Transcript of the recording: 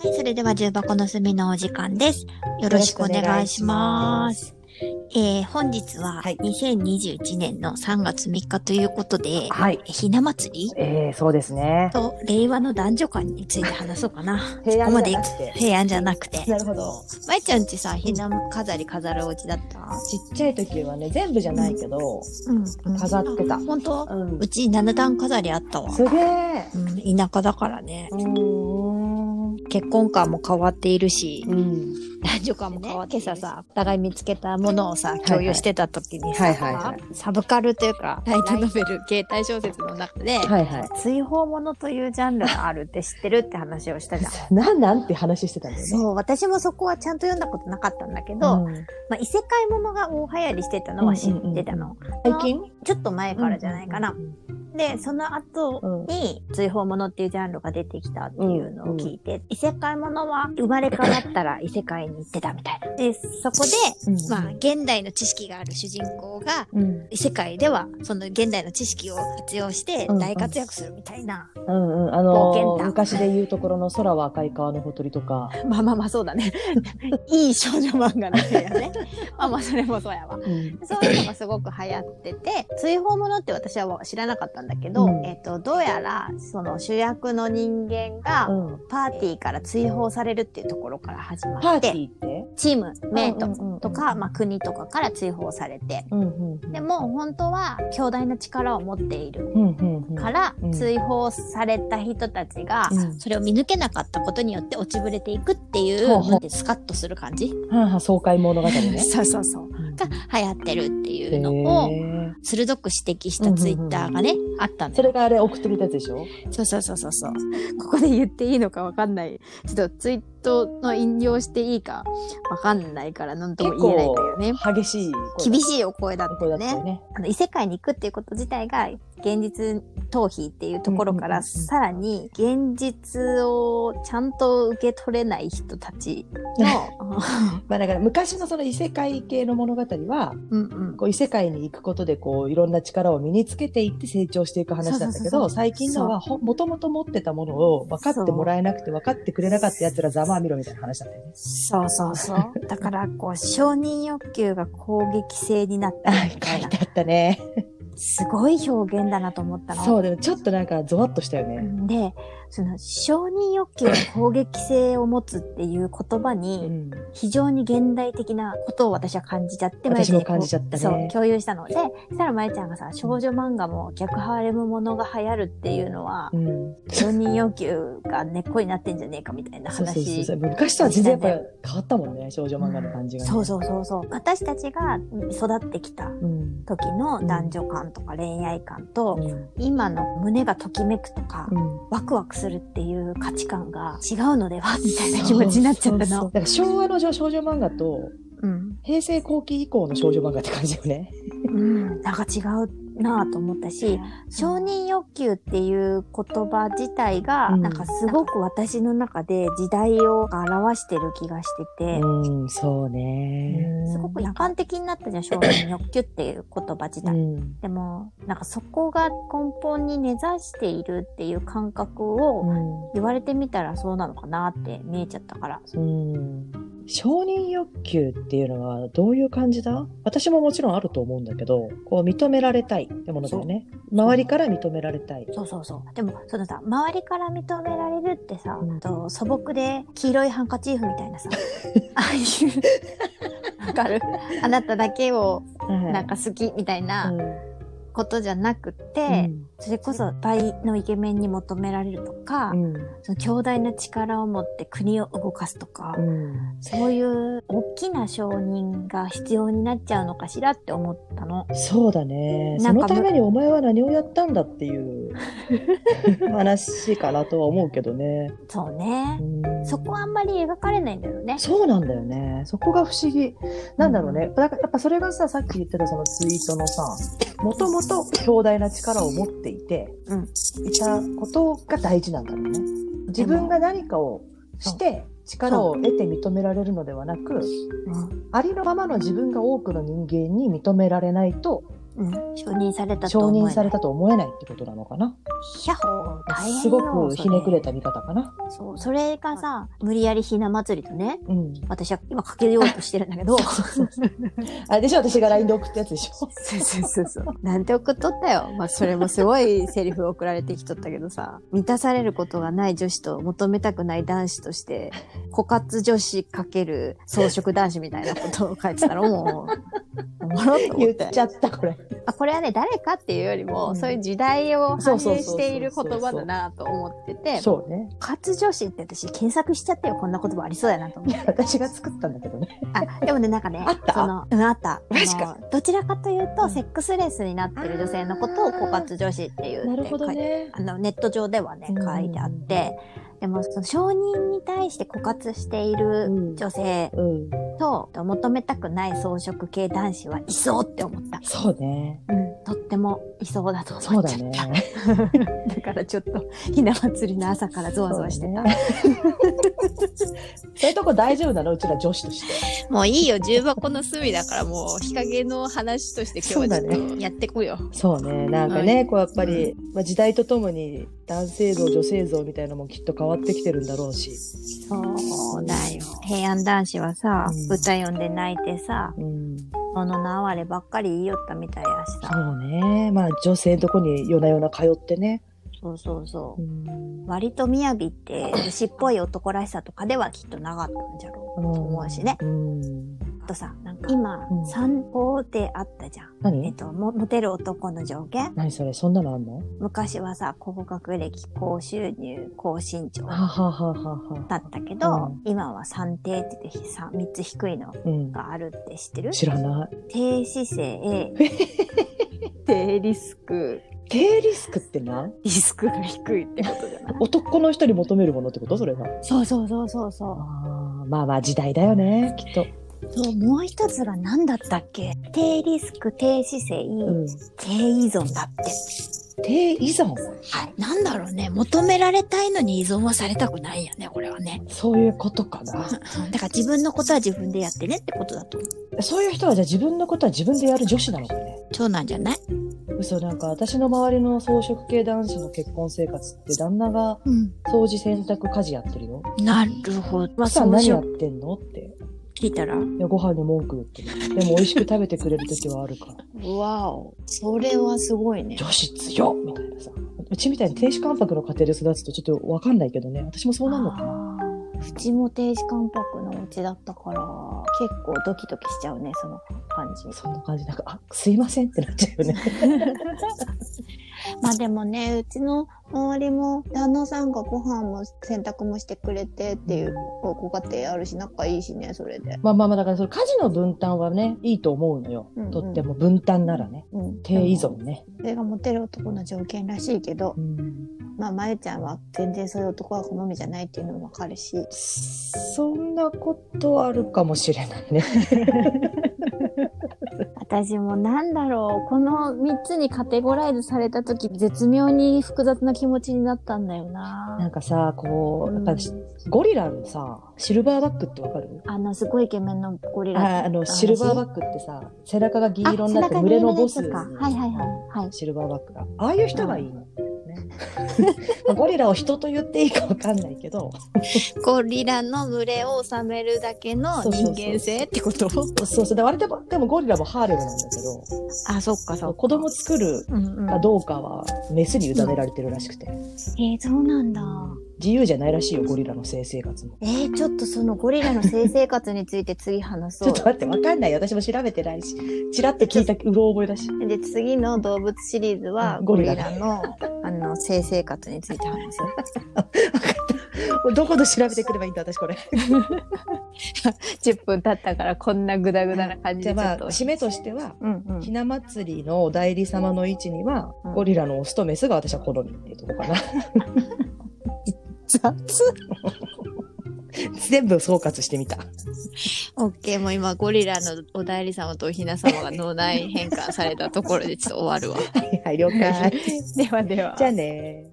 はい、それでは重箱の隅のお時間です。よろしくお願いします。えー、本日ははい2021年の3月3日ということで、はい。ひな祭りえー、そうですね。と令和の男女間について話そうかな。 平こま安でじゃなくて。平安じゃなくて。なるほど。まいちゃんちさ、ひな飾り飾るお家だったちっちゃい時はね、全部じゃないけど、うん、飾ってた本当うんう。ち七段飾りあったわ。すげえ。うん、田舎だからねう。ーん。結婚観も変わっているし、うん。男女間も変わって、今朝さ、お互い見つけたものをさ、共有してた時にさ、はいはいはいサブカルというか、ライトノベル、携帯小説の中で、はいはい。追放ものというジャンルがあるって知ってるって話をしたじゃん。なんなんって話してたんだよね。そう、私もそこはちゃんと読んだことなかったんだけど、うんまあ、異世界ものが大流行りしてたのは知ってたの。最近ちょっと前からじゃないかな。。で、その後うん。に追放ものっていうジャンルが出てきたっていうのを聞いて、異世界ものは生まれ変わったら異世界に行ってたみたいな。で、そこで、うんまあ、、現代の知識がある主人公が、うん。異世界ではその現代の知識を活用して大活躍するみたいな。うんうん。あ冒険のだー、昔で言うところの空は赤い川のほとりとか。まあまあまあそうだね。 いい少女漫画なんだよね。 まあまあそれもそうやわ。うん。そういうのがすごく流行ってて、追放ものって私は知らなかったんだけど、うんえっと、どうやらその主役の人間がうん。パーティーから追放されるっていうところから始まパーっテて、ィーってチーム、メイトとか、、うんうんうんまあ国とかから追放されて、うんうんうん。でも本当は強大な力を持っているうんうんうん。からうん追放された人たちが、うんそれを見抜けなかったことによって落ちぶれていくっていう、ほうほうなんてスカッとする感 じ、はあはあ爽快物語ね。そうそうそう。が流行ってるっていうのをへー鋭く指摘したツイッターがね、あったのそれよ。があれ送ってくれたやつでしょそうそうそうそうそう。ここで言っていいのかわかんない。ちょっとツイートの引用していいかわかんないから何とも言えないんだよね。激しい声厳しいお声だった声よだったねよ。ね。あの異世界に行くっていうこと自体が現実逃避っていうところかうらんうんうんうんさらに現実をちゃんと受け取れない人たち のまあだから昔のその異世界系の物語は、うんうんこう異世界に行くことでこういろんな力を身につけていって成長していく話なんだそうけそうそうそど、う最近のはほもともと持ってたものを分かってもらえなくて分かってくれなかった奴らざまあみろみたいな話なんだよね。そうそうそう。 だからこう承認欲求が攻撃性になってるみた書いいなてあったね。すごい表現だなと思ったの。そうだね。ちょっとなんかゾワッとしたよね。でその承認欲求が攻撃性を持つっていう言葉に、うん。非常に現代的なことを私は感じちゃって、私まゆちゃんにもこう感じちゃったねそう、共有したの。で、そしたらまゆちゃんがさ、少女漫画も逆ハーレムものが流行るっていうのはう、ん。承認要求が根っこになってんじゃねえかみたいなそう話。そうそうそう。昔とは全然やっぱ変わったもんね。少女漫画の感じがね。そうそうそうそう。私たちが育ってきたうん。時の男女感とか恋愛感と、うん。今の胸がときめくとか、うん。ワクワクするっていう価値観が違うのではみたいな気持ちになっちゃったそうそうそうの。だから昭和の少女漫画とうん平成後期以降の少女漫画って感じよね。うん、なんか違うなぁと思ったし、承認欲求っていう言葉自体が、うんなんかすごく私の中で時代を表してる気がしてて、うん、そうね。すごく一般的になったじゃん、承認欲求っていう言葉自う体。ん。でも、なんかそこが根本に根ざしているっていう感覚をう言われてみたらそうなのかなって見えちゃったから。ん。承認欲求っていうのはどういう感じだ私ももちろんあると思うんだけど、こう認められたいってものだよね。周りから認められたい。そうそうそう。でも、そのさ、周りから認められるってさ、うんと素朴で黄色いハンカチーフみたい なさ、ああいう、わかるあなただけをななんか好きみたいうなんことじゃなくて、それこそ倍のイケメンに求められるとか、うんその強大な力を持って国を動かすとか、うんそういう大きな承認が必要になっちゃうのかしらって思ったの。そうだね。なそんのかむためにお前は何をやったんだっていう 話かなとは思うけどね。そうね。うんそこはあんまり描かれないんだよね。そうなんだよね。そこが不思議。なんだろうね。だからやっぱそれがさ、さっき言ってたそのツイートのさ、もともと強大な力を持っていて、うんいたことが大事なんだろうね。自分が何かをして、力を得て認められるのではなく、ありのままの自分が多くの人間に認められないと、うん、承認されたと承思えな認いされたと思えないってことなのかな。キャホー大変よすごくひねくれたた見方かな。そうそれがさ無理やりひな祭りとねうん。私は今かけようとしてるんだけどあれでしょ私が LINE で送ったやつで しょ。そうそうそうそう。 なんて送っとったよ。まあ、それもすごいセリフ送られてきとったけどさ、満たされることがない女子と求めたくない男子として、枯渇女子かける草食男子みたいなことを書いてたら、もう、おもろっと思言ってっち。ゃったこれ。あこれはね、誰かっていうよりも、うんそういう時代を反映しているそうそ言うそうそう葉だなと思ってて、枯そうね。渇女子って私検索しちゃったよ。こんな言葉ありそうだなと思って私が作ったんだけどね。あ、でもね、なんかね、 あったその、うん、あった。マジかあのどちらかというと、うんセックスレスになってる女性のことを枯渇女子っていうって なるほど書いね。あの、ネット上ではね、うん書いてあって、でも、その、承認に対して枯渇しているうん女性うん。と、求めたくない装飾系男子はいそうって思った。そうね。うん、とってもいそうだとそ思うっだちゃった。ね。だからちょっと、 ひな祭りの朝からゾワゾワしてた。そういうとこ大丈夫なのうちら女子として。もういいよ、重箱の隅だからもう、日陰の話として今日はちそうょっとやってこうよ。そうね。なんかね、こうやっぱり、まあ、時代とともに男性像、女性像みたいなのもきっと変わってきてるんだろうし。そうだよ。平安男子はさ、うん歌読んで泣いてさ、うん。ものの哀ればっかり言いよったみたいやしそさ。うね。まあ女性のとこに夜な夜な通ってね。そうそうそうう。ん。割と雅って、牛っぽい男らしさとかではきっとなかったんじゃろうと思うしね。うん。あとさ、なんか今うん、三法ってあったじゃん。えっ何と、もモテる男の条件何それそんなのあんの昔はさ、高学歴、高収入、高身長はあはあはあはあはだあ。ったけど、うん今は三低って言って三三つ低いのうん。があるって知ってる知らない。低姿勢 低リスク低リスクってなリスクが低いってことじゃない男の人に求めるものってことそれが。 そうそうそうそうそあーまあまあ時代だよね、きっと。うそうもう一つが何だったっけ低リスク低姿勢、うん。低依存だって低依存。はいなんだろうね求められたいのに依存はされたくないよねこれはねそういうことかな。うんだから自分のことは自分でやってねってことだと思うそういう人はじゃあ自分のことは自分でやる女子なのかね。そうなんじゃない嘘、なんか私の周りの草食系男子の結婚生活って旦那がうん掃除洗濯家事やってるよ。なるほどまあさあそう何しやっよてんのって。聞いたらいや、ご飯に文句言ってる。でも美味しく食べてくれる時はあるから。わおそれはすごいね女子強っみたいなさ。うちみたいに亭主関白の家庭で育つとちょっとわかんないけどね。私もそうなんのかな。あーうちも亭主関白のお家だったから結構ドキドキしちゃうねその感じ そんな感じ。なんか、あ、すいませんってなっちゃうよね。 まあでもね、うちの周りも旦那さんがご飯も洗濯もしてくれてっていうごご家庭あるし、仲いいしね、それで。まあまあまあ、だからその家事の分担はね、いいと思うのよ。うんうんとっても分担ならね。うん。低依存ね。それがモテる男の条件らしいけど、まあ、まゆちゃんは全然そういう男は好みじゃないっていうのもわかるし、そんなことあるかもしれないね。 私もなんだろうこの3つにカテゴライズされた時絶妙に複雑な気持ちになったんだよななんかさ、こう、やっぱりゴリラのさ、シルバーバッグってわかるあのすごいイケメンのゴリラああの、シルバーバッグってさ、背中が銀色になって群れのボスあ背中に。に入れるやつかはいはいはいはいシルバーバッグが。ああいう人がいい。 ねまあゴリラを人と言っていいかわかんないけど、ゴリラの群れを収めるだけのそうそうそう人間性ってことそうそう、で割と、でもゴリラもハーレムなんだけど、 あそっかそっか子供作るうんうんかどうかはメスに委ねられてるらしくて、えー、そうなんだ自由じゃないらしいよゴリラの性生活もえー、ちょっとそのゴリラの性生活について次話ちょそっうと待ってわかんないよ私も調べてないしチラッと聞いたうろ覚えだしで次の動物シリーズはうんゴゴリリララのあの性生活について話す。どこで調べてくればいいんだ私これ10分経ったからこんなグダグダな感じゃあまあ締めとしてはうんうんひな祭りのお代理様の位置には、うんゴリラのオスとメスが私は好みっていうとこかな雑全部総括してみたオッケーもう今ゴリラのお代理様とおひな様が脳内変換されたところでちょっと終わるわはい了解 ではではじゃあね